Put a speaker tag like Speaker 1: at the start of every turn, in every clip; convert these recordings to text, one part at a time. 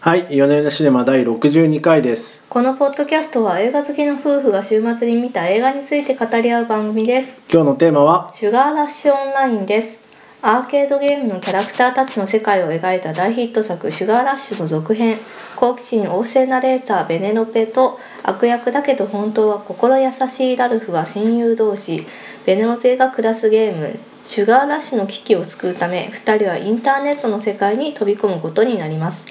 Speaker 1: はい、夜な夜なシネマ第62回です。
Speaker 2: このポッドキャストは映画好きの夫婦が週末に見た映画について語り合う番組です。
Speaker 1: 今日のテーマは、
Speaker 2: シュガーラッシュオンラインです。アーケードゲームのキャラクターたちの世界を描いた大ヒット作「シュガーラッシュ」の続編好奇心旺盛なレーサーベネロペと悪役だけど本当は心優しいラルフは親友同士ベネロペが暮らすゲーム「シュガーラッシュ」の危機を救うため2人はインターネットの世界に飛び込むことになります。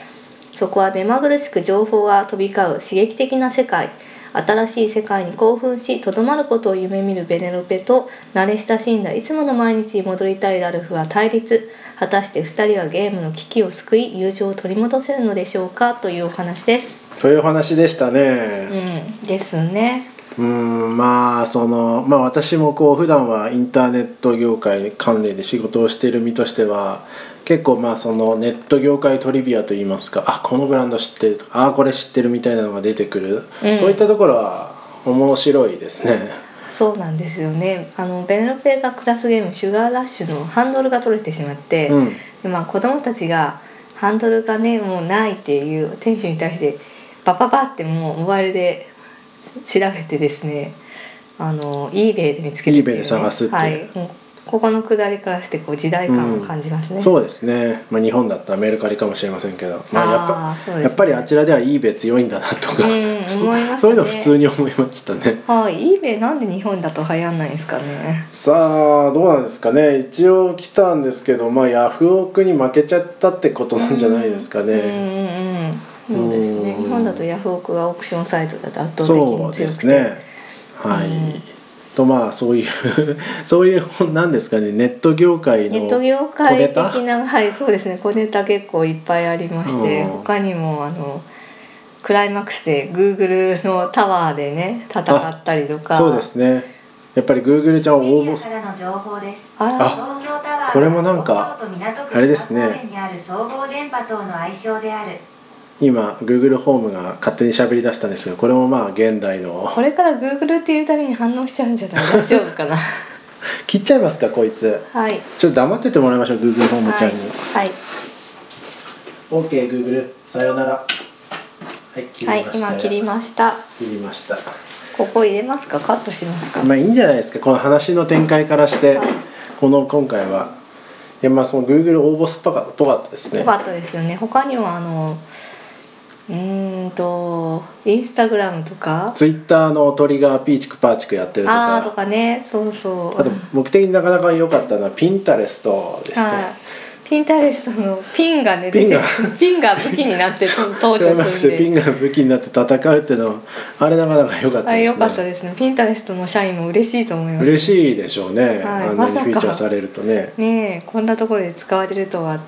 Speaker 2: そこは目まぐるしく情報が飛び交う刺激的な世界新しい世界に興奮しとどまることを夢見るベネロペと慣れ親しんだいつもの毎日に戻りたいラルフは対立果たして2人はゲームの危機を救い友情を取り戻せるのでしょうかというお話です。
Speaker 1: というお話でした
Speaker 2: う
Speaker 1: ね。
Speaker 2: ん、ですね。
Speaker 1: うーん、まあ、その、まあ私もこう、普段はインターネット業界関連で仕事をしている身としては、結構まあそのネット業界トリビアといいますかあこのブランド知ってるとかあこれ知ってるみたいなのが出てくる、
Speaker 2: うん
Speaker 1: そういったところは面白いですね
Speaker 2: そうなんですよねあのベネロペがクラスゲーム「シュガーラッシュ」のハンドルが取れてしまって、
Speaker 1: うん
Speaker 2: でまあ、子供たちがハンドルがねもうないっていう店主に対してバババってもうモバイルで調べてですねあの eBay で見つけるっていう、ね、
Speaker 1: eBay で探すっていう
Speaker 2: はい、もうここのくだりからしてこう時代感を感じますね、
Speaker 1: そうですね、まあ、日本だったらメルカリかもしれませんけど、まあ、やっぱ
Speaker 2: あーそうですね
Speaker 1: やっぱりあちらでは eBay 強いんだなと か、
Speaker 2: うん
Speaker 1: そ
Speaker 2: 思いますね
Speaker 1: そういうの普通に思いましたね。
Speaker 2: はい、eBay なんで日本だと流行んないんですかね
Speaker 1: さあどうなんですかね一応来たんですけど、まあ、ヤフオクに負けちゃったってことなんじゃないですか
Speaker 2: うん
Speaker 1: ね。
Speaker 2: うんうんそうですね
Speaker 1: うん
Speaker 2: 日本だとヤフオクがオークションサイトだと圧倒的に強
Speaker 1: そう
Speaker 2: くて
Speaker 1: ですねはい、
Speaker 2: うん
Speaker 1: とまあそう いうそういうなんですかねネット業界の
Speaker 2: ネット業
Speaker 1: 小ネ
Speaker 2: 界
Speaker 1: タ
Speaker 2: 的なはいそうですね小ネタ結構いっぱいありまして、
Speaker 1: うん
Speaker 2: 他にもあのクライマックスで Google のタワーでね戦ったりとか
Speaker 1: そうですねやっぱり Google ちゃんを応募
Speaker 3: メディアからの情報です。
Speaker 2: あら
Speaker 1: あ
Speaker 3: 東京タワーは
Speaker 1: これもなんか
Speaker 3: 東京都港区
Speaker 1: あれですね
Speaker 3: 芝公園にある総合電波塔の愛称である。
Speaker 1: 今 Google ホームが勝手に喋り出したんですがこれもまあ現代の
Speaker 2: これから Google っていうたびに反応しちゃうんじゃない大丈夫かな
Speaker 1: 切っちゃいますかこいつ
Speaker 2: はい
Speaker 1: ちょっと黙っててもらいましょう Google ホームちゃんに、
Speaker 2: はい
Speaker 1: OKGoogle さよならはい切
Speaker 2: はい、
Speaker 1: りましたよ、
Speaker 2: 今切りました
Speaker 1: 切りました
Speaker 2: ここ入れますかカットしますか、
Speaker 1: まあいいんじゃないですかこの話の展開からして、
Speaker 2: はい
Speaker 1: この今回はいやまあその Google 応募スパがぽかったですね
Speaker 2: よかったですよね他にもあのうーんとインスタグラムとか
Speaker 1: Twitter のトリガーピーチクパーチクやってるとか
Speaker 2: あーとかねそうそう
Speaker 1: あと僕的になかなか良かったのは Pinterest ですね、
Speaker 2: はい。ピンタレストのピンがね、
Speaker 1: ピンが
Speaker 2: 出てピンが武器になってと
Speaker 1: クライ
Speaker 2: 登
Speaker 1: マ
Speaker 2: 場
Speaker 1: ック
Speaker 2: す
Speaker 1: ス
Speaker 2: る
Speaker 1: でピ
Speaker 2: ん
Speaker 1: ン
Speaker 2: で。
Speaker 1: が武器になって戦うっていうのはあれなかなか良かったです
Speaker 2: あれ
Speaker 1: ね
Speaker 2: 良かったですね。ピンタレストの社員も嬉しいと思います。
Speaker 1: 嬉しいでしょうね、
Speaker 2: はい
Speaker 1: あんな
Speaker 2: ま
Speaker 1: に
Speaker 2: さか
Speaker 1: フィーチャーされるとね、
Speaker 2: ねえ、こんなところで使われるとはって。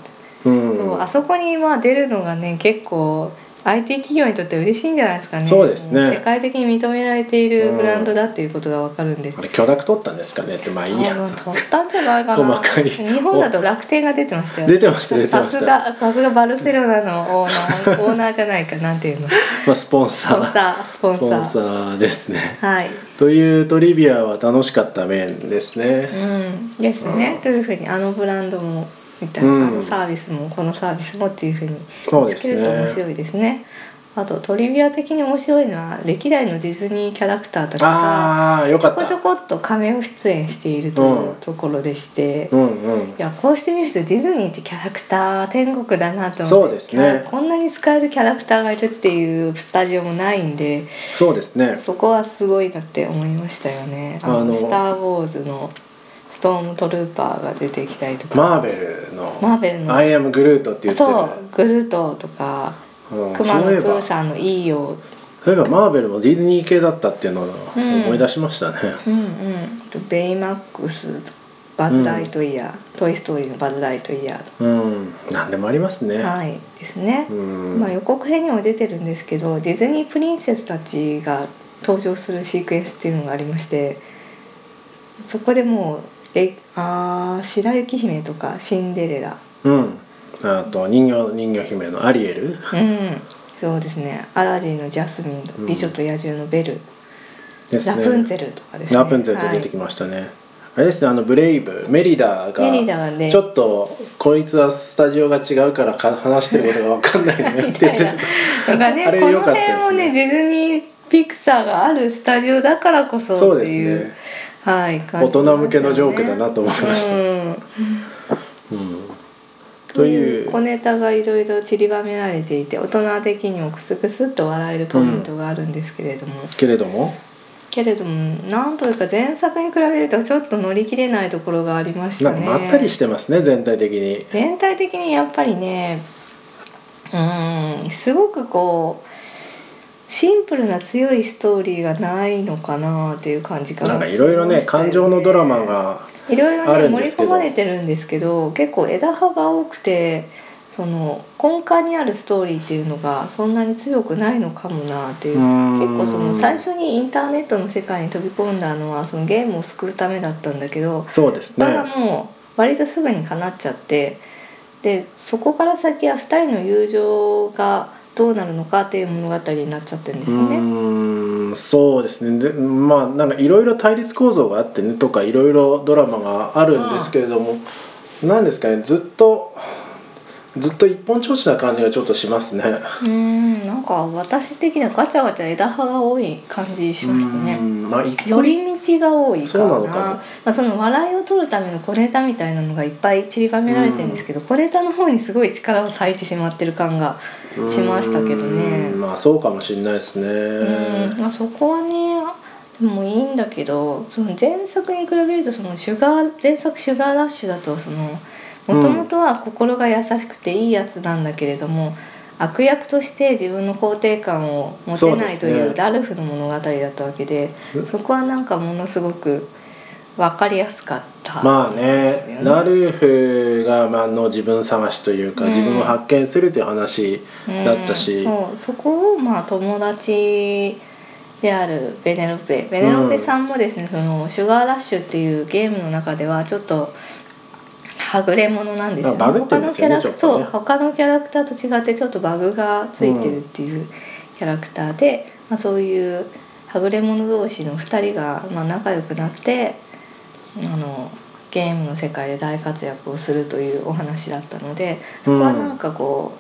Speaker 1: うん、
Speaker 2: そう、あそこにまあ出るのがね、結構 IT 企業にとって嬉しいんじゃないですかね。
Speaker 1: そうですね
Speaker 2: も世界的に認められているブランドだっていうことがわかるんで。
Speaker 1: あれ許諾取ったんですかねってまあい
Speaker 2: 多
Speaker 1: いや
Speaker 2: 分取ったんじゃないかな。
Speaker 1: 細かい
Speaker 2: 日本だと楽天が出てましたよ。
Speaker 1: 出てました出てま
Speaker 2: さ
Speaker 1: した
Speaker 2: すがさすがバルセロナのオ ーナーオーナーじゃないかなんていうの。
Speaker 1: まあ、スポン
Speaker 2: スポ
Speaker 1: サ
Speaker 2: ン
Speaker 1: ー
Speaker 2: サー、スポン
Speaker 1: ス
Speaker 2: サ
Speaker 1: ポ
Speaker 2: ー。
Speaker 1: ンサーですね
Speaker 2: はい。
Speaker 1: というトリビアは楽しかった面ですね、
Speaker 2: うん、ですね。というふうに、あのブランドも。みたいな、
Speaker 1: うん
Speaker 2: あのサービスも、このサービスもっていうふうに。
Speaker 1: そうで
Speaker 2: つ
Speaker 1: すね
Speaker 2: けると面白いですね。あと、トリビア的に面白いのは、歴代のディズニーキャラクターたちが。
Speaker 1: ああよか
Speaker 2: ち
Speaker 1: っ
Speaker 2: ょこちょ
Speaker 1: た
Speaker 2: こっと仮面を出演しているというんうところでして。
Speaker 1: う
Speaker 2: い
Speaker 1: んうん
Speaker 2: やこうして見るとディズニーってキャラクター天国だなと思って
Speaker 1: そうですね
Speaker 2: キャラこんなに使えるキャラクターがいるっていうスタジオもないんで
Speaker 1: そうですね
Speaker 2: そこはすごいなって思いましたよね。あの
Speaker 1: あの
Speaker 2: スター・ウォーズのストームトルーパーが出てきたりとか、
Speaker 1: マーベルの
Speaker 2: マーベルの
Speaker 1: アイアムグルート」って言ってる
Speaker 2: そうグルートとか、
Speaker 1: うん
Speaker 2: クマのプーさんのいいよ、
Speaker 1: そういえばマーベルもディズニー系だったっていうのを
Speaker 2: うん
Speaker 1: 思い出しましたね、
Speaker 2: うんうん、あとベイマックス、バズ・ライトイヤー、トイ・ストーリーのバズ・ライトイヤーと
Speaker 1: うん、何でもありますね、
Speaker 2: か、はいですね。
Speaker 1: うん
Speaker 2: まあ予告編にも出てるんですけど、ディズニープリンセスたちが登場するシークエンスっていうのがありまして、そこでもうえあー白雪姫とかシンデレラ
Speaker 1: うんあと人形人形姫のアリエル
Speaker 2: うん、そうですね。アラジンのジャスミンと
Speaker 1: うん
Speaker 2: 美女と野獣のベル、
Speaker 1: です
Speaker 2: ラ
Speaker 1: ね
Speaker 2: プンツェルとかですね。
Speaker 1: ラプンツェルって出てき
Speaker 2: ま
Speaker 1: ましたね、あれですねあのブレイブメリダが
Speaker 2: メリダがね
Speaker 1: ちょっとこいつはスタジオが違うからか話してることが分かんないね
Speaker 2: み
Speaker 1: って
Speaker 2: た
Speaker 1: 言っ
Speaker 2: い
Speaker 1: て
Speaker 2: な。だからね、
Speaker 1: あれ
Speaker 2: この
Speaker 1: 良かったですね
Speaker 2: 辺もね、ディズニーピクサーがあるスタジオだからこそ
Speaker 1: そう
Speaker 2: っ
Speaker 1: で
Speaker 2: て
Speaker 1: す
Speaker 2: いう。
Speaker 1: ね
Speaker 2: はい、感
Speaker 1: 大
Speaker 2: じなんですよね
Speaker 1: 人向けのジョークだなと思いました、
Speaker 2: うん
Speaker 1: うん
Speaker 2: と
Speaker 1: と
Speaker 2: い
Speaker 1: いう
Speaker 2: う小ネタがいろいろ散りばめられていて大人的にもクスクスっと笑えるポイントがあるんですけれども、
Speaker 1: けれども
Speaker 2: けれどもなんというか前作に比べるとちょっと乗り切れないところがありまし
Speaker 1: な
Speaker 2: た
Speaker 1: んか
Speaker 2: ね。
Speaker 1: まったりしてますね全体的に
Speaker 2: 全体的にやっぱりねうーんすごくこうシンプルな強いストーリーがないのかなっていう感じが
Speaker 1: なんかいろいろね感情のドラマが
Speaker 2: いろい
Speaker 1: あ
Speaker 2: ろ
Speaker 1: る
Speaker 2: ね
Speaker 1: ん
Speaker 2: 盛
Speaker 1: で
Speaker 2: り
Speaker 1: すけ
Speaker 2: 込
Speaker 1: ど
Speaker 2: まれてるんですけど結構枝葉が多くてその根幹にあるストーリーっていうのがそんなに強くないのかもなっていう
Speaker 1: うーん
Speaker 2: 結構その最初にインターネットの世界に飛び込んだのはそのゲームを救うためだったんだけど
Speaker 1: そうです
Speaker 2: ただ
Speaker 1: ね
Speaker 2: もう割とすぐにかなっちゃってでそこから先は2人の友情がどうなるのかっていう物語になっちゃってるんですよ
Speaker 1: う
Speaker 2: ね。
Speaker 1: ーんそうですねでまあなんかいろいろ対立構造があってねとかいろいろドラマがあるんですけれどもなんですかねずっとずっと一本調子な感じがちょっとしますね。
Speaker 2: うーんなんか私的にはガチャガチャ枝葉が多い感じしました
Speaker 1: うー
Speaker 2: ね。
Speaker 1: んまあ一
Speaker 2: 寄
Speaker 1: 個
Speaker 2: り道が多いかな
Speaker 1: そうなのかな
Speaker 2: まあ、その笑いを取るための小ネタみたいなのがいっぱい散りばめられてるんですけど、小ネタの方にすごい力を割いてしまってる感がしましたけどね。
Speaker 1: うーんまあそうかもしれないですね。
Speaker 2: うんまあ、そこはねでもいいんだけどその前作に比べるとそのシュガー前作「シュガーラッシュ」だとそのもともとは心が優しくていいやつなんだけれども、悪役として自分の肯定感を持てないと
Speaker 1: そう
Speaker 2: い
Speaker 1: で
Speaker 2: う
Speaker 1: すね
Speaker 2: ラルフの物語だったわけでそ
Speaker 1: うん
Speaker 2: こはなんかものすごく分かりやすかった
Speaker 1: まあ
Speaker 2: ですよ
Speaker 1: ねラルフがまあの自分探しというか、
Speaker 2: うん
Speaker 1: 自分を発見するという話だったし、
Speaker 2: うんそうそこをまあ友達であるベネロペベネロペさんもですね、そのシュガーラッシュっていうゲームの中ではちょっとはぐれ者なんですよ、
Speaker 1: まあバグって
Speaker 2: 他
Speaker 1: るん
Speaker 2: の
Speaker 1: です
Speaker 2: キャ
Speaker 1: よね
Speaker 2: ラクター、
Speaker 1: ちょっと
Speaker 2: そう
Speaker 1: ね
Speaker 2: 他のキャラクターと違ってちょっとバグがついてるっていうキャラクターで、まあ、そういうはぐれ者同士の2人がまあ仲良くなってあのゲームの世界で大活躍をするというお話だったのでそこはなんかこ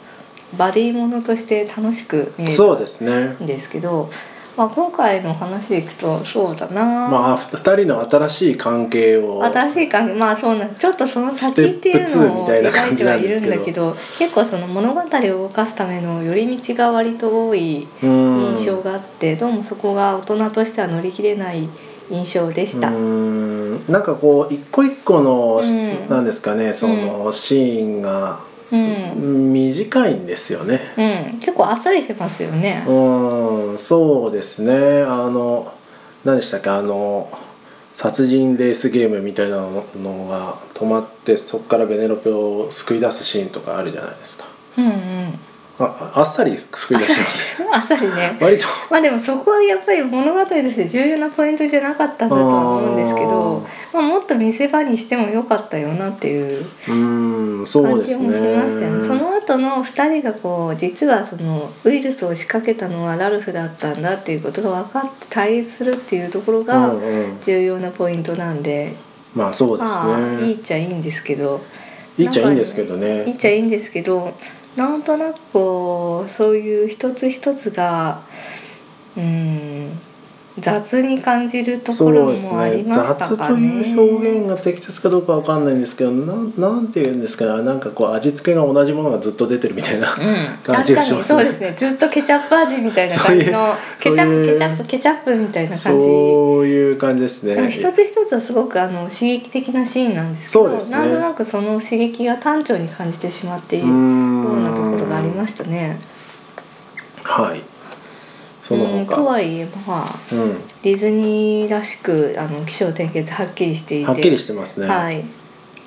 Speaker 2: う、バディものとして楽しく見え
Speaker 1: そう
Speaker 2: た
Speaker 1: ですね。
Speaker 2: んですけど、まあ、今回の話でいくとそうだな、
Speaker 1: まあふ二人の新しい関係を
Speaker 2: 新しい感じまあそうなんですちょっとその先っていう
Speaker 1: ステップ
Speaker 2: の
Speaker 1: 2
Speaker 2: を
Speaker 1: みたいな
Speaker 2: 描
Speaker 1: 感
Speaker 2: いて
Speaker 1: じ
Speaker 2: は
Speaker 1: なん
Speaker 2: い
Speaker 1: で
Speaker 2: る
Speaker 1: すけ
Speaker 2: ん
Speaker 1: ど
Speaker 2: だけど結構その物語を動かすための寄り道が割と多い
Speaker 1: うん
Speaker 2: 印象があって、どうもそこが大人としては乗り切れない印象でした。
Speaker 1: うーんなんかこう一個一個の、
Speaker 2: うん
Speaker 1: なんですかねそのシーンが
Speaker 2: うん
Speaker 1: 短いんですよね。
Speaker 2: うん、結構あっさりしてますよね。
Speaker 1: うん、そうですね。あの何でしたっけあの殺人レースゲームみたいなのが止まってそこからベネロペを救い出すシーンとかあるじゃないですか。
Speaker 2: うんうん、
Speaker 1: ああっさり救い出してます。
Speaker 2: あっさりね。
Speaker 1: 割と
Speaker 2: まあでもそこはやっぱり物語として重要なポイントじゃなかったんだとは思うんですけど、まあ、もっと見せ場にしてもよかったよなっていう
Speaker 1: うんそう
Speaker 2: 感
Speaker 1: で
Speaker 2: じ
Speaker 1: す
Speaker 2: も
Speaker 1: ね。
Speaker 2: しましたよね。その後の2人がこう実はそのウイルスを仕掛けたのはラルフだったんだっていうことが分かって対立するっていうところ
Speaker 1: う
Speaker 2: が
Speaker 1: んうん
Speaker 2: 重要なポイントなんで、
Speaker 1: まあそうです
Speaker 2: まあ
Speaker 1: ね。
Speaker 2: いいっちゃいいんですけど。
Speaker 1: いいっちゃいいんですけど
Speaker 2: いいっ
Speaker 1: ね。
Speaker 2: ちゃいいんですけどなんとなくこうそういう一つ一つがうん雑に感じるとこ
Speaker 1: そう
Speaker 2: ろ
Speaker 1: です
Speaker 2: もあ
Speaker 1: ね。
Speaker 2: りました
Speaker 1: 雑
Speaker 2: か
Speaker 1: と
Speaker 2: ね。
Speaker 1: いう表現が適切かどうかわかんないんですけど、なんなんて言うんですかね。なんかこう味付けが同じものがずっと出てるみたい な。
Speaker 2: うん、
Speaker 1: 感
Speaker 2: 確
Speaker 1: じが
Speaker 2: か
Speaker 1: し
Speaker 2: に
Speaker 1: ます
Speaker 2: そ
Speaker 1: ね
Speaker 2: うですねずっとケチャップ味みたいな感じの
Speaker 1: そういう
Speaker 2: ケチャップ
Speaker 1: そうい
Speaker 2: ケ
Speaker 1: う
Speaker 2: チャップケチャップみたいな感じ
Speaker 1: そういう感じですね。
Speaker 2: でも一つ一つはすごくあの刺激的なシーンなんですけ
Speaker 1: そう
Speaker 2: ど
Speaker 1: ですね
Speaker 2: なんとなくその刺激が単調に感じてしまっているようなところがありましたね。
Speaker 1: はい。その
Speaker 2: うん、と
Speaker 1: 他、
Speaker 2: はいえまあ
Speaker 1: うん、
Speaker 2: ディズニーらしくあの起承転結はっきりしていて
Speaker 1: はっきりしてますね。
Speaker 2: はい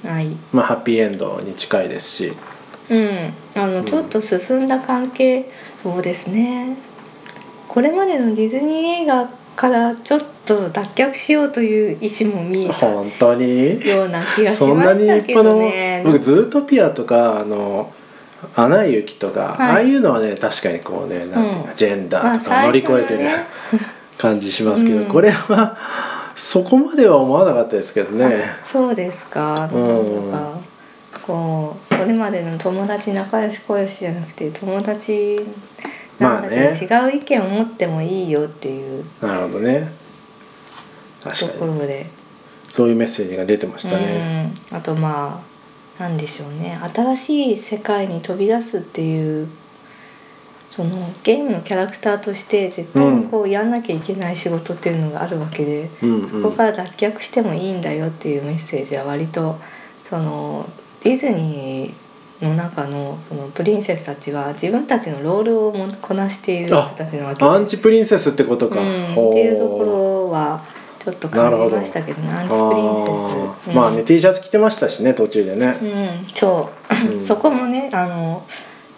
Speaker 2: はい
Speaker 1: まあハッピーエンドに近いですし、
Speaker 2: うんあの、
Speaker 1: ん
Speaker 2: ちょっと進んだ関係そうですねこれまでのディズニー映画からちょっと脱却しようという意思も見えたよ
Speaker 1: 本当に。
Speaker 2: うな気がし
Speaker 1: そん
Speaker 2: ま
Speaker 1: なに
Speaker 2: し
Speaker 1: 立
Speaker 2: たけ
Speaker 1: 派
Speaker 2: ど
Speaker 1: な、
Speaker 2: ね
Speaker 1: 僕ズートピアとかあのアナ雪とか、
Speaker 2: はい
Speaker 1: ああいうのはね確かにこうねなんていうか、
Speaker 2: うん
Speaker 1: ジェンダーと
Speaker 2: まあ
Speaker 1: か乗り越え
Speaker 2: 最初
Speaker 1: て
Speaker 2: は
Speaker 1: る、
Speaker 2: ね
Speaker 1: 感じしますけど、
Speaker 2: うん
Speaker 1: これはそこまでは思わなかったですけどね
Speaker 2: そうですか。
Speaker 1: うん
Speaker 2: なんかこうこれまでの友達仲良し小良しじゃなくて友達なんだけど、
Speaker 1: まあ
Speaker 2: 違う意見を持ってもいいよっていう
Speaker 1: なるほどね
Speaker 2: と
Speaker 1: 確
Speaker 2: こ
Speaker 1: かに
Speaker 2: ろで、
Speaker 1: そういうメッセージが出てましたね
Speaker 2: うんあとまあなんでしょうね新しい世界に飛び出すっていう。そのゲームのキャラクターとして絶対にこうやんなきゃいけない仕事っていうのがあるわけで、
Speaker 1: うんうん
Speaker 2: そこから脱却してもいいんだよっていうメッセージは割とそのディズニーの中のそのプリンセスたちは自分たちのロールをもこなしている人たちのわけ
Speaker 1: アンチプリンセスってことか、
Speaker 2: うん、っ
Speaker 1: ほ
Speaker 2: ていうところはちょっと感じましたけどねアンチプリン
Speaker 1: あ
Speaker 2: セス。
Speaker 1: ー
Speaker 2: うん
Speaker 1: まあね T シャツ着てましたしね途中でね、
Speaker 2: うん、そう、
Speaker 1: うん
Speaker 2: そこもねあの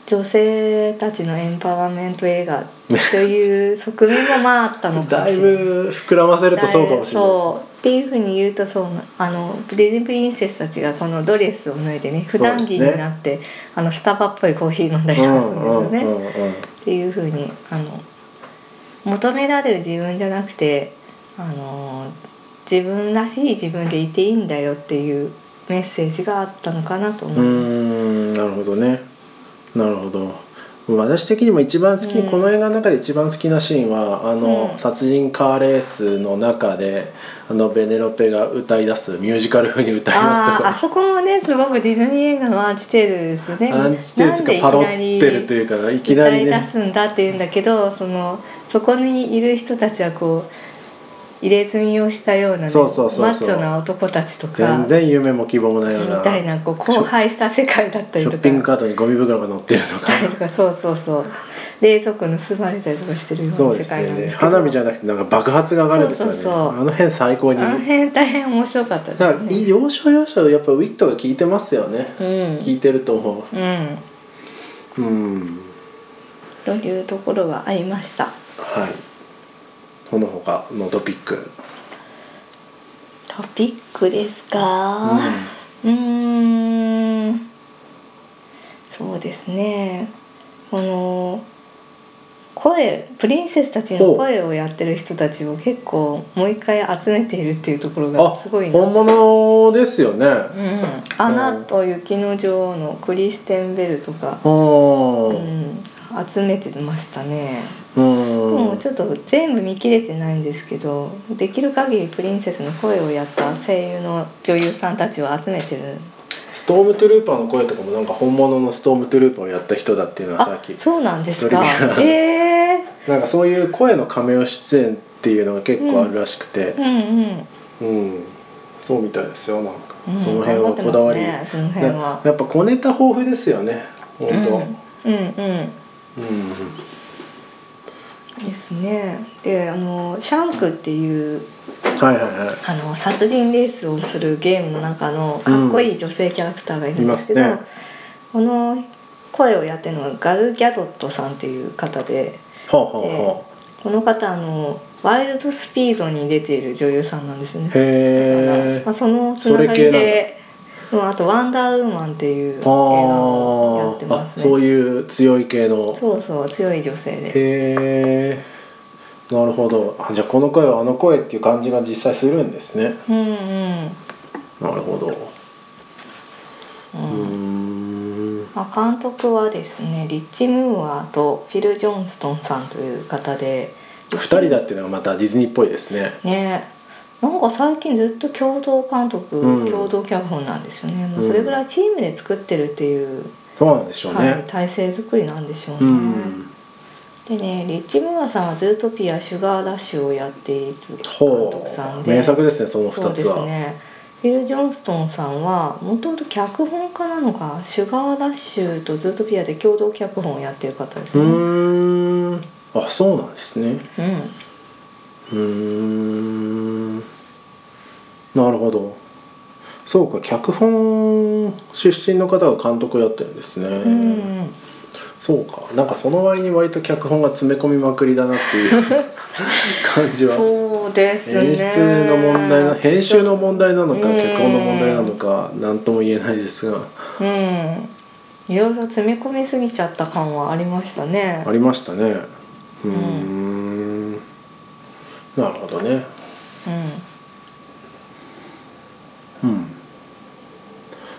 Speaker 2: 女性たちのエンパワーメント映画という側面もまああったの か
Speaker 1: だ
Speaker 2: も
Speaker 1: い
Speaker 2: しれない。
Speaker 1: ぶ膨らませるとそうかもしれない
Speaker 2: そうっていうふうに言うとそうなあのディズニープリンセスたちがこのドレスを脱いでね普段着になって、あのスタバっぽいコーヒー飲んだりとかするんですよね。
Speaker 1: うんうん
Speaker 2: っ
Speaker 1: うんうん
Speaker 2: ていうふうにあの求められる自分じゃなくてあの自分らしい自分でいていいんだよっていうメッセージがあったのかなと思
Speaker 1: うー
Speaker 2: います。
Speaker 1: んなるほどねなるほど私的にも一番好き、
Speaker 2: うん
Speaker 1: この映画の中で一番好きなシーンはあの、
Speaker 2: うん
Speaker 1: 殺人カーレースの中であのベネロペが歌い出すミュージカル風に歌い出す
Speaker 2: あ
Speaker 1: と
Speaker 2: ーあ
Speaker 1: か
Speaker 2: そこもねすごくディズニー映画のアンチテーゼですよね。
Speaker 1: アンチテーゼ
Speaker 2: なんでい
Speaker 1: かパ
Speaker 2: き
Speaker 1: ロっ
Speaker 2: なり
Speaker 1: てるというかいきな
Speaker 2: 歌
Speaker 1: り
Speaker 2: い出
Speaker 1: ね
Speaker 2: すんだって言うんだけどそのそこにいる人たちはこう入れ墨をしたような、ね、
Speaker 1: そうそうそうそう
Speaker 2: マッチョな男たちとか
Speaker 1: 全然夢も希望もないような
Speaker 2: みたいなこう荒廃した世界だったり
Speaker 1: ショ
Speaker 2: と
Speaker 1: ッ
Speaker 2: か
Speaker 1: ピングカートにゴミ袋が乗ってるとか
Speaker 2: した りとかそうそうそう冷蔵庫盗まれたりとかしてるよう
Speaker 1: そ
Speaker 2: な
Speaker 1: うで
Speaker 2: 世
Speaker 1: す
Speaker 2: 界なん
Speaker 1: ね
Speaker 2: ですけど
Speaker 1: 花火じゃなくてなんか爆発が上がるんですよね
Speaker 2: そうそうそう
Speaker 1: あの辺最高に
Speaker 2: あの辺大変面白かった
Speaker 1: だ
Speaker 2: で
Speaker 1: か
Speaker 2: す
Speaker 1: ら
Speaker 2: ね。
Speaker 1: 要所要所やっぱウィットが効いてますよね、
Speaker 2: うん
Speaker 1: 効いてると思
Speaker 2: うん、
Speaker 1: ううん
Speaker 2: というところはありました。
Speaker 1: はいその他のトピック
Speaker 2: トピックですかうーんそうですねこの声プリンセスたちの声をやってる人たちを結構もう一回集めているっていうところ
Speaker 1: あ
Speaker 2: がすごいな、うん、
Speaker 1: 本物ですよね
Speaker 2: アナと雪の女王のクリステンベルとか、
Speaker 1: う
Speaker 2: うんん、集めてましたね、
Speaker 1: うん
Speaker 2: もうちょっと全部見切れてないんですけどできる限りプリンセスの声をやった声優の女優さんたちを集めてる
Speaker 1: ストームトゥルーパーの声とかもなんか本物のストームトゥルーパーをやった人だっていうのはさ
Speaker 2: あ
Speaker 1: っき
Speaker 2: そうなんですか
Speaker 1: それが
Speaker 2: ええ
Speaker 1: なんかそういう声の仮面出演っていうのが結構あるらしくて
Speaker 2: ー、うん
Speaker 1: うん、そうみたいですよなんか、
Speaker 2: うん
Speaker 1: その辺はこだわり、
Speaker 2: 頑張ってますねその辺は
Speaker 1: ねやっぱ小ネタ豊富ですよね本
Speaker 2: うん
Speaker 1: 当、
Speaker 2: うんうん
Speaker 1: うん
Speaker 2: うんですねであのシャンクっていう
Speaker 1: はいはいはい
Speaker 2: あの殺人レースをするゲームの中のかっこいい女性キャラクターがいるんですけど、
Speaker 1: うんいますね
Speaker 2: この声をやってるのがガル・ギャドットさんっていう方で
Speaker 1: ほうほうほ
Speaker 2: この方あのワイルドスピードに出ている女優さんなんですね
Speaker 1: う。へえ
Speaker 2: まあ、そのつな
Speaker 1: そ
Speaker 2: が
Speaker 1: れ
Speaker 2: り
Speaker 1: 系なんだ
Speaker 2: でうん、あと「ワンダーウーマン」っていう映
Speaker 1: あ
Speaker 2: 画をやって
Speaker 1: ー
Speaker 2: ま
Speaker 1: あ
Speaker 2: すね
Speaker 1: そういう強い系の
Speaker 2: そうそう強い女性で
Speaker 1: へえなるほどあじゃあこの声はあの声っていう感じが実際するんですね
Speaker 2: うんうん、
Speaker 1: なるほど
Speaker 2: う
Speaker 1: うんーん
Speaker 2: まあ、監督はですねリッチ・ムーアとフィル・ジョンストンさんという方で
Speaker 1: 2人だっていうのがまたディズニーっぽいですね
Speaker 2: ねなんか最近ずっと共同監督、
Speaker 1: うん
Speaker 2: 共同脚本なんですよね、
Speaker 1: う
Speaker 2: まあ、
Speaker 1: ん
Speaker 2: それぐらいチームで作ってるっていう、
Speaker 1: そうなんでしょうね、
Speaker 2: はい、体制作りなんでしょう
Speaker 1: う
Speaker 2: ね、
Speaker 1: ん
Speaker 2: でねリッチ・ムーアさんは「ズートピア」「シュガーラッシュ」をやっている監
Speaker 1: ほ
Speaker 2: 督さん
Speaker 1: う
Speaker 2: で
Speaker 1: 名作ですねその
Speaker 2: そ
Speaker 1: 2
Speaker 2: うで
Speaker 1: つは
Speaker 2: すねフィル・ジョンストンさんはもともと脚本家なのか「シュガーラッシュ」と「ズートピア」で共同脚本をやってる方です
Speaker 1: う
Speaker 2: ね。
Speaker 1: ーんあそうなんですね
Speaker 2: うん
Speaker 1: うーんなるほどそうか脚本出身の方が監督をやってるんですね、
Speaker 2: うん、
Speaker 1: そうかなんかその割に割と脚本が詰め込みまくりだなって いう感じは
Speaker 2: そうですね
Speaker 1: 演出の問題な編集の問題なのか
Speaker 2: うん
Speaker 1: 脚本の問題なのか何とも言えないですが
Speaker 2: うんいろいろ詰め込みすぎちゃった感はありましたね
Speaker 1: ありましたねうーんなるほどね
Speaker 2: うん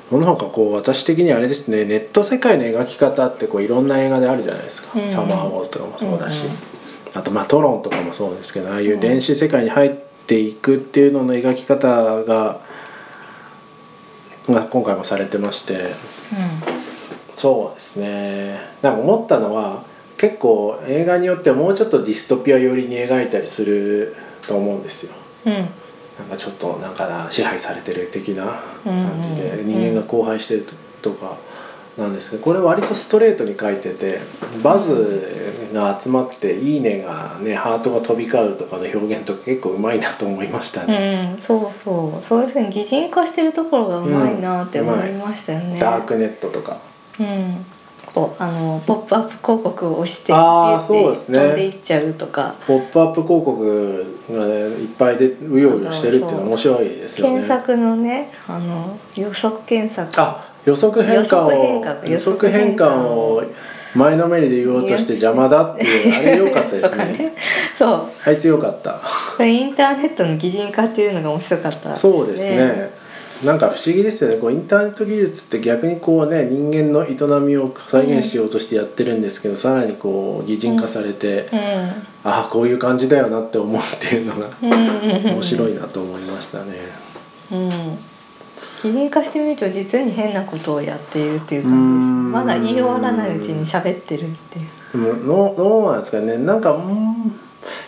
Speaker 1: その他こう私的にあれですねネット世界の描き方ってこういろんな映画であるじゃないですか「
Speaker 2: うん
Speaker 1: サマーウォーズ」とかもそうだし、
Speaker 2: うんうん
Speaker 1: あとまあトロンとかもそうですけどああいううん電子世界に入っていくっていうのの描き方がが今回もされてましてそうですねなんか思ったのは結構映画によってはもうちょっとディストピア寄りに描いたりすると思うんですよ。
Speaker 2: うんうん
Speaker 1: なんかちょっとなんかな支配されてる的な
Speaker 2: うんうん
Speaker 1: 感じで人間が荒廃してるとかなんですけどこれ割とストレートに書いててバズが集まって「いいね」がねハートが飛び交うとかの表現とか結構うまいなと思いましたね。
Speaker 2: うん、そうそうそういうふうに擬人化してるところがうまいなって思いましたよね、うん、
Speaker 1: ダークネットとか
Speaker 2: うんこうあのポップアップ広告を押して
Speaker 1: あー
Speaker 2: ビュ
Speaker 1: そう
Speaker 2: ー
Speaker 1: で
Speaker 2: っ
Speaker 1: す
Speaker 2: て
Speaker 1: ね
Speaker 2: 飛んでいっちゃうとか、
Speaker 1: ポップアップ広告が、ね、いっぱいでうようよしてるっていうのは面白いですよね。
Speaker 2: 検索のねあの予測検索
Speaker 1: あ予測変換を予測
Speaker 2: 予測
Speaker 1: 変
Speaker 2: 変
Speaker 1: 換
Speaker 2: 換
Speaker 1: を前のめりで言おうとして邪魔だっていうあれ良かったです
Speaker 2: とか
Speaker 1: ね。
Speaker 2: そう
Speaker 1: あいつ良かった。
Speaker 2: これインターネットの擬人化っていうのが面白かったですね
Speaker 1: そうですね。なんか不思議ですよねこうインターネット技術って逆にこうね人間の営みを再現しようとしてやってるんですけど、さらにこう擬人化されて、ああこういう感じだよなって思うっていうのが
Speaker 2: うんうん
Speaker 1: 面白いなと思いましたね。
Speaker 2: うん擬人化してみると実に変なことをやっているっていう感
Speaker 1: う
Speaker 2: じです
Speaker 1: ん
Speaker 2: まだ言い終わらないうちに喋ってるっていう
Speaker 1: でもどうどうなんですかねなんかうん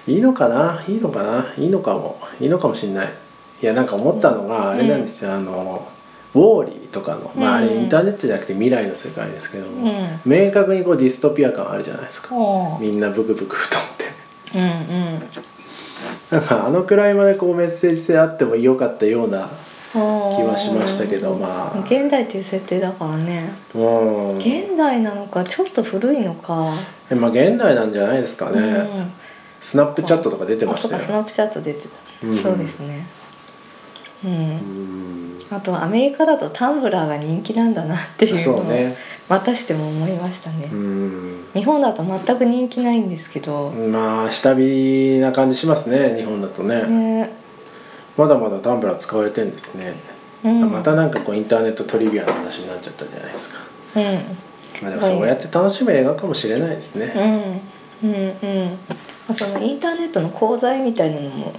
Speaker 1: いいのかないいのかないいのかもいいのかもしれないいやなんか思ったのがあれなんですよ、あのウォーリーとかの、まあ、あれ
Speaker 2: うん
Speaker 1: インターネットじゃなくて未来の世界ですけど
Speaker 2: う
Speaker 1: も、
Speaker 2: ん
Speaker 1: 明確にこうディストピア感あるじゃないですか
Speaker 2: おう
Speaker 1: みんなブクブク太って
Speaker 2: うんうん
Speaker 1: なんかあのくらいまでこうメッセージ性あってもよかったような
Speaker 2: おう
Speaker 1: 気はしましたけどまあ
Speaker 2: 現代っていう設定だからね
Speaker 1: うん
Speaker 2: 現代なのかちょっと古いのか
Speaker 1: えまあ現代なんじゃないですかね、
Speaker 2: うん
Speaker 1: スナップチャットとか出てま
Speaker 2: あ
Speaker 1: し
Speaker 2: そう
Speaker 1: た
Speaker 2: か
Speaker 1: よ
Speaker 2: スナップチャット出てた、
Speaker 1: うん
Speaker 2: そうですねうん
Speaker 1: うん
Speaker 2: あとアメリカだとタンブラーが人気なんだなっていうの
Speaker 1: そう
Speaker 2: を
Speaker 1: ね
Speaker 2: またしても思いましたね
Speaker 1: うん
Speaker 2: 日本だと全く人気ないんですけど、
Speaker 1: まあ下火な感じしますね日本だとね
Speaker 2: ね
Speaker 1: まだまだタンブラー使われてんですね、
Speaker 2: うん、
Speaker 1: またなんかこうインターネットトリビアの話になっちゃったじゃないですか、
Speaker 2: うん
Speaker 1: まあ、でもそうやって楽しむ映画かもしれないです
Speaker 2: う
Speaker 1: ね、
Speaker 2: んうんうんまあそのインターネットの講座みたいなのも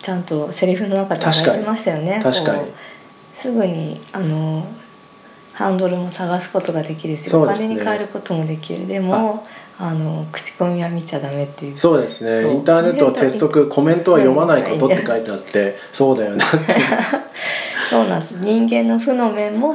Speaker 2: ちゃんとセリフの中で
Speaker 1: 確かに
Speaker 2: やってましたよね
Speaker 1: 確か
Speaker 2: こ
Speaker 1: に
Speaker 2: うすぐにあのハンドルも探すことができるし、
Speaker 1: そう
Speaker 2: お
Speaker 1: ですね
Speaker 2: 金に変えることもできるでもあの口コミは見ちゃダメっていう
Speaker 1: そうですね
Speaker 2: そう
Speaker 1: インターネットは鉄則コメントは読まないことって書いてあってそうだよね
Speaker 2: そうなんです人間の負の面も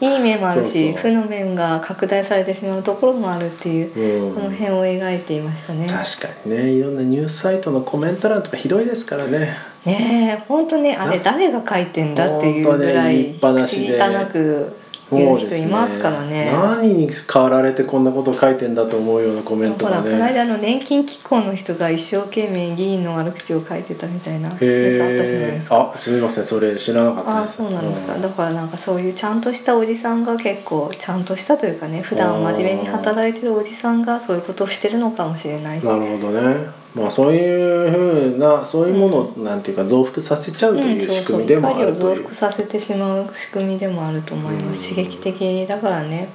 Speaker 2: いい面もあるし
Speaker 1: そうそう
Speaker 2: 負の面が拡大されてしまうところもあるっていう、
Speaker 1: うん
Speaker 2: この辺を描いていましたね。
Speaker 1: 確かにねいろんなニュースサイトのコメント欄とかひどいですからね
Speaker 2: ねえ本当ねあれ
Speaker 1: な
Speaker 2: 誰が書いてんだっていうぐらい
Speaker 1: 本当ね言いっぱなしで
Speaker 2: 口汚く言う人いますからね。
Speaker 1: 何に変わられてこんなこと書いてんだと思うようなコメント
Speaker 2: ほら
Speaker 1: が
Speaker 2: この
Speaker 1: ね
Speaker 2: 間の年金機構の人が一生懸命議員の悪口を書いてたみたいなニュースあったじゃない
Speaker 1: へ
Speaker 2: で
Speaker 1: ー
Speaker 2: すか。
Speaker 1: あすみませんそれ知らなかった
Speaker 2: あ
Speaker 1: で
Speaker 2: あ
Speaker 1: す
Speaker 2: そうなんですか、
Speaker 1: うん
Speaker 2: だからなんかそういうちゃんとしたおじさんが結構ちゃんとしたというかね普段真面目に働いてるおじさんがそういうことをしてるのかもしれないし、
Speaker 1: なるほどねまあそういうふうなそういうものをなんていうか増幅させちゃうと
Speaker 2: う
Speaker 1: い
Speaker 2: ん、
Speaker 1: う
Speaker 2: そう
Speaker 1: 仕
Speaker 2: そ
Speaker 1: 組
Speaker 2: う
Speaker 1: みでも
Speaker 2: 怒
Speaker 1: あ
Speaker 2: りを
Speaker 1: ると
Speaker 2: 増
Speaker 1: いう、
Speaker 2: 幅させてしまう仕組みでもあると思います、
Speaker 1: うん
Speaker 2: 刺激的だからね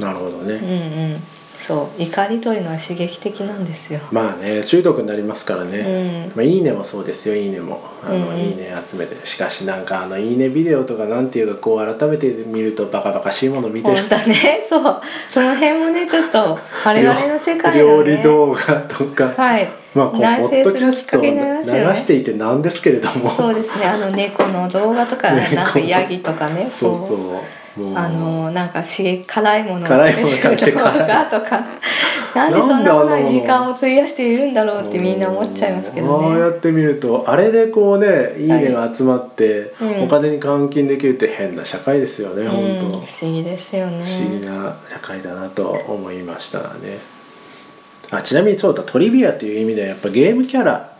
Speaker 1: なるほど
Speaker 2: うん
Speaker 1: ね、
Speaker 2: うんそう怒りというのは刺激的なんですよ、
Speaker 1: まあね中毒になりますからね、
Speaker 2: うん
Speaker 1: まあ、いいねもそうですよいいねもあの、
Speaker 2: うん
Speaker 1: いいね集めてしかしなんかあのいいねビデオとかなんていうかこう改めて見るとバカバカしいもの見て
Speaker 2: 本
Speaker 1: る
Speaker 2: 当ねそうその辺もねちょっと我々の世界
Speaker 1: 料
Speaker 2: の
Speaker 1: 理
Speaker 2: ね
Speaker 1: 動画とか、
Speaker 2: はい、
Speaker 1: まあこうポ
Speaker 2: 内
Speaker 1: ッドキ
Speaker 2: 省す
Speaker 1: ャ
Speaker 2: る
Speaker 1: ス
Speaker 2: き
Speaker 1: ト
Speaker 2: っか
Speaker 1: を
Speaker 2: け
Speaker 1: 流
Speaker 2: になりますよね
Speaker 1: していてなんですけれども
Speaker 2: そうですねあの猫の動画とか
Speaker 1: 猫
Speaker 2: なんかヤギとかね
Speaker 1: そう
Speaker 2: そう
Speaker 1: そうもう
Speaker 2: あのなんか刺激辛いものを
Speaker 1: 辛いものを食べ
Speaker 2: 食
Speaker 1: て
Speaker 2: べる
Speaker 1: 辛い
Speaker 2: 動画とかなんでそんなものに時間を費やしているんだろうってみんな思っちゃいますけど
Speaker 1: ああや
Speaker 2: ね。
Speaker 1: ってみるとあれでこうねいいねが集まって、
Speaker 2: うん
Speaker 1: お金に換金できるって変な社会ですよね、
Speaker 2: うん、
Speaker 1: 本
Speaker 2: 不
Speaker 1: 当
Speaker 2: 思議ですよね。
Speaker 1: 不思議な社会だなと思いましたねあちなみにそうだトリビアという意味ではやっぱゲームキャラ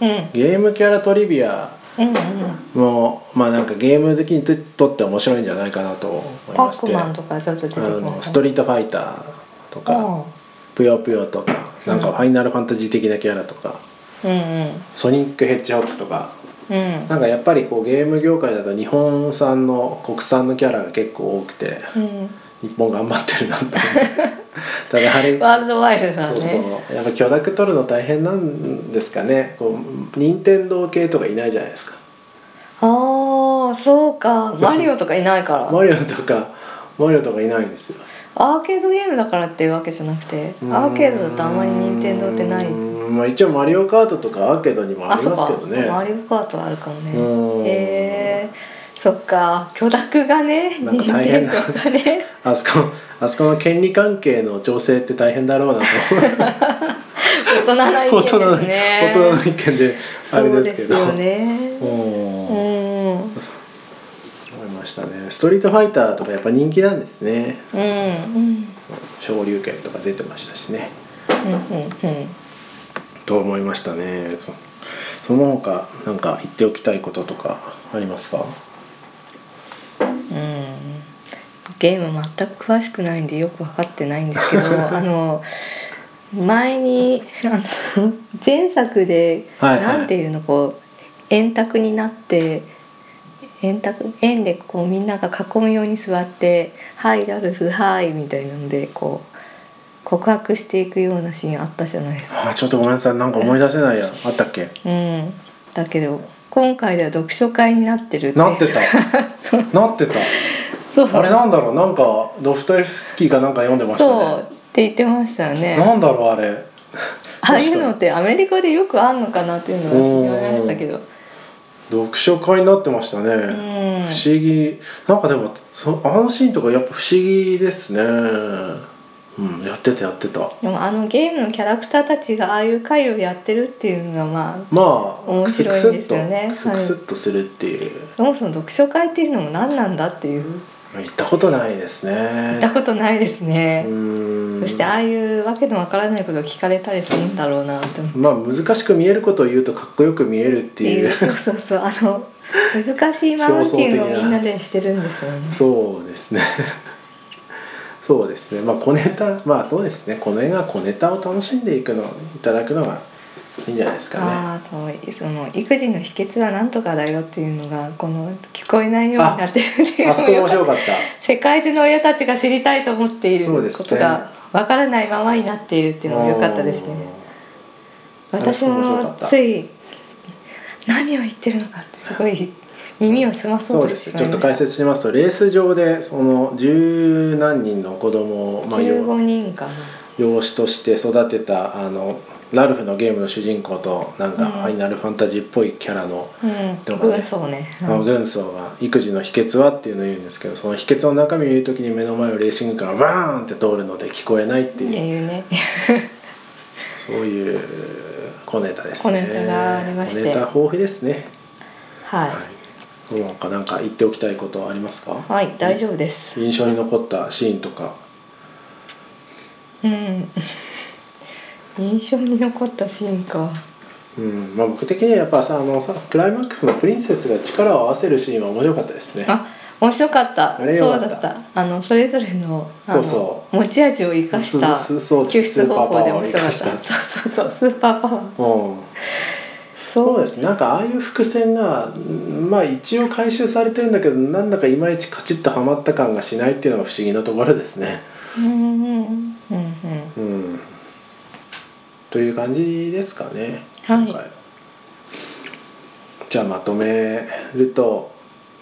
Speaker 2: う
Speaker 1: ゲームキャラトリビア
Speaker 2: ん、うん、うん。
Speaker 1: もまあなんかゲーム好きにとっては面白いんじゃないかなと思い
Speaker 2: パ
Speaker 1: ま
Speaker 2: ッ
Speaker 1: して
Speaker 2: クマンとかちょっと出て
Speaker 1: あ
Speaker 2: くる
Speaker 1: のストリートファイターとか「ぷよぷよ」とかなんか「ファイナルファンタジー」的なキャラとか
Speaker 2: うん、うん、うん。
Speaker 1: 「ソニック・ヘッジホッグ」とか
Speaker 2: うん
Speaker 1: なんかやっぱりこうゲーム業界だと日本産の国産のキャラが結構多くて
Speaker 2: うん
Speaker 1: 日本頑張ってる なと思うただあれ
Speaker 2: ワールドワイドだ
Speaker 1: そう
Speaker 2: ね
Speaker 1: そうやっぱ許諾取るの大変なんですかねこう任天堂系とかいないじゃないですか
Speaker 2: ああそうか
Speaker 1: そうそう
Speaker 2: マリオとかいないから
Speaker 1: マリオとかマリオとかいないんですよ
Speaker 2: アーケードゲームだからっていうわけじゃなくてアーケードだとあんまり任天堂ってないう
Speaker 1: ーんまあ一応マリオカートとかアーケードにもあ
Speaker 2: あ
Speaker 1: り
Speaker 2: そ
Speaker 1: ま
Speaker 2: っ
Speaker 1: す
Speaker 2: か
Speaker 1: けどね
Speaker 2: マリオカートあるからね
Speaker 1: うん
Speaker 2: へえそっか許諾がね
Speaker 1: なん
Speaker 2: 任
Speaker 1: か大変
Speaker 2: 天
Speaker 1: な
Speaker 2: 堂がね
Speaker 1: あそこ あそこの権利関係の調整って大変だろうなと
Speaker 2: 大人な意見
Speaker 1: 大
Speaker 2: です
Speaker 1: 人の
Speaker 2: ね
Speaker 1: 大人の意見であれですけど
Speaker 2: そうですよね
Speaker 1: うん
Speaker 2: う
Speaker 1: 思
Speaker 2: んうん
Speaker 1: いましたねストリートファイターとかやっぱ人気なんですね
Speaker 2: うん
Speaker 1: 昇竜拳とか出てましたしね
Speaker 2: うんうん
Speaker 1: と思いましたねそその他なんか言っておきたいこととかありますか
Speaker 2: うんゲーム全く詳しくないんでよく分かってないんです けどあの前にあの前作で、
Speaker 1: はいはい
Speaker 2: なんていうのこう円卓になって円卓円でこうみんなが囲むように座って「はいラルフはい」みたいなのでこう告白していくようなシーンあったじゃないですか。
Speaker 1: あーちょっとごめんなさいなんか思い出せないや あったっけ
Speaker 2: うん、だけど今回では読書会になってるって
Speaker 1: なってた
Speaker 2: そう
Speaker 1: なってた
Speaker 2: そう
Speaker 1: あれなんだろうなんかドフトエフスキーかなんか読んでました
Speaker 2: そう
Speaker 1: ね
Speaker 2: って言ってましたよね。
Speaker 1: なんだろうあれ
Speaker 2: ああいうのってアメリカでよくあんのかなっていうのが気になりましたけど。
Speaker 1: 読書会になってましたね、
Speaker 2: う
Speaker 1: 不
Speaker 2: ん。
Speaker 1: 思議なんかでもそあのシーンとかやっぱ不思議ですねうんやってたやってた
Speaker 2: でもあのゲームのキャラクターたちがああいう会をやってるっていうのがまあ
Speaker 1: まあ
Speaker 2: 面白いんですよね
Speaker 1: クスクスっとクスクスっとするっていう、
Speaker 2: そもそも読書会っていうのも何なんだっていう
Speaker 1: 行ったことないですね
Speaker 2: 言ったことないですね。
Speaker 1: うん
Speaker 2: そしてああいうわけのわからないことを聞かれたりするんだろうなって思う。っ
Speaker 1: まあ難しく見えることを言うとかっこよく見えるって
Speaker 2: てい
Speaker 1: いう
Speaker 2: うそうそうそうあの難しいマウンティングをみんなでしてるんですよね。
Speaker 1: そうですね そうですねまあ小ネタまあそうですねこの映画は小ネタを楽しんでいくのいただくのがいいんじゃないですかね
Speaker 2: あーとその育児の秘訣はなんとかだよっていうのがこの聞こえないようになってるっていう
Speaker 1: あそこ面
Speaker 2: の
Speaker 1: 白か
Speaker 2: が
Speaker 1: った
Speaker 2: 世界中の親たちが知りたいと思っている
Speaker 1: そうです
Speaker 2: こ
Speaker 1: ね
Speaker 2: とがわからないままになっているっていうのも良かったですね
Speaker 1: うん
Speaker 2: 私
Speaker 1: あそこ面白か
Speaker 2: も
Speaker 1: った
Speaker 2: つい何を言ってるのかってすごい耳を澄まそ
Speaker 1: そうう
Speaker 2: と
Speaker 1: で
Speaker 2: してし
Speaker 1: すち
Speaker 2: まい
Speaker 1: ょっ
Speaker 2: ま
Speaker 1: と
Speaker 2: した
Speaker 1: 解説しますとレース上でその十何人の子供を、まあ、
Speaker 2: 15人かな
Speaker 1: 養子として育てたあのラルフのゲームの主人公となんか
Speaker 2: うん
Speaker 1: ファイナルファンタジーっぽいキャラの、で
Speaker 2: うん
Speaker 1: もね
Speaker 2: 軍曹ね
Speaker 1: あの軍曹が育児の秘訣はっていうのを言うんですけどその秘訣の中身を言う時に目の前をレーシングカーがバーンって通るので聞こえないって
Speaker 2: うんっ
Speaker 1: いう、
Speaker 2: て いうね
Speaker 1: そういう小ネタですね
Speaker 2: 小ネタがありまして
Speaker 1: 小ネタ豊富ですね
Speaker 2: はい
Speaker 1: はいなんかなんか言っておきたいことありますか
Speaker 2: はい大丈夫です
Speaker 1: 印象に残ったシーンとか
Speaker 2: うん印象に残ったシーンか
Speaker 1: うんまあ、僕的にはやっぱさあのさクライマックスのプリンセスが力を合わせるシーンは面白かったですね
Speaker 2: あ面白かった
Speaker 1: あれ
Speaker 2: そ
Speaker 1: よか
Speaker 2: う
Speaker 1: った
Speaker 2: だったあのそれぞれのあの
Speaker 1: そうそ
Speaker 2: 持ち味を生かした
Speaker 1: そうそうそう
Speaker 2: 救出方法で面白かった
Speaker 1: スーパーパワーを生か
Speaker 2: そうそうそうスーパーパワー
Speaker 1: うんそうですねなんかああいう伏線がうんまあ一応回収されてるんだけどなんだかいまいちカチッとはまった感がしないっていうのが不思議なところですね。
Speaker 2: うんうんうんうん
Speaker 1: うん、という感じですかね。
Speaker 2: はい
Speaker 1: 今回じゃあまとめると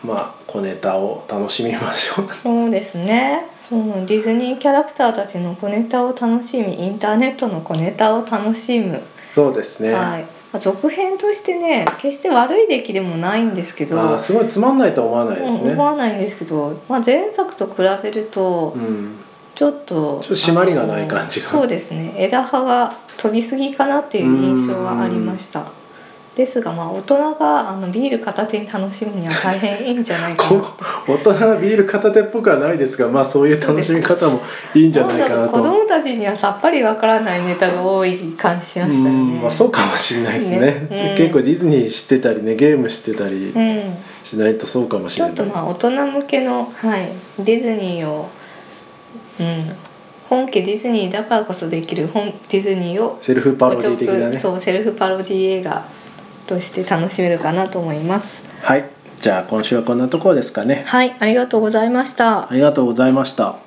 Speaker 1: まあ小ネタを楽しみましょう。
Speaker 2: そうですねそのディズニーキャラクターたちの小ネタを楽しみインターネットの小ネタを楽しむ、
Speaker 1: そうですね。
Speaker 2: はいまあ続編としてね決して悪い出来でもないんですけど
Speaker 1: あーすごいつまんないとは思わないです
Speaker 2: うん
Speaker 1: ね。
Speaker 2: 思わないんですけど、まあ、前作と比べると
Speaker 1: うん、
Speaker 2: ちょっと,、
Speaker 1: ちょっと締まりがない感じが
Speaker 2: あのそうですね枝葉が飛びすぎかなっていう印象はありましたですがまあ大人があのビール片手に楽しむには大変いいんじゃないか
Speaker 1: こ
Speaker 2: な
Speaker 1: う大人がビール片手っぽくはないですがまあそういう楽しみ方もいいんじゃないか
Speaker 2: な
Speaker 1: なん
Speaker 2: だろう子
Speaker 1: と。
Speaker 2: 供たちにはさっぱりわからないネタが多い感じしましたよ
Speaker 1: うん
Speaker 2: ね
Speaker 1: まあそうかもしれないですね
Speaker 2: ねうん
Speaker 1: 結構ディズニー知ってたりねゲーム知ってたり
Speaker 2: うん
Speaker 1: しないとそうかもし
Speaker 2: ち
Speaker 1: れ
Speaker 2: ょ
Speaker 1: な
Speaker 2: っ
Speaker 1: い、
Speaker 2: とまあ大人向けの、はい、ディズニーを、うん、本家ディズニーだからこそできる本ディズニーを
Speaker 1: セルフパロディ的なね
Speaker 2: そうセルフパロディ映画として楽しめるかなと思います
Speaker 1: はいじゃあ今週はこんなところですかね
Speaker 2: はいありがとうございました
Speaker 1: ありがとうございました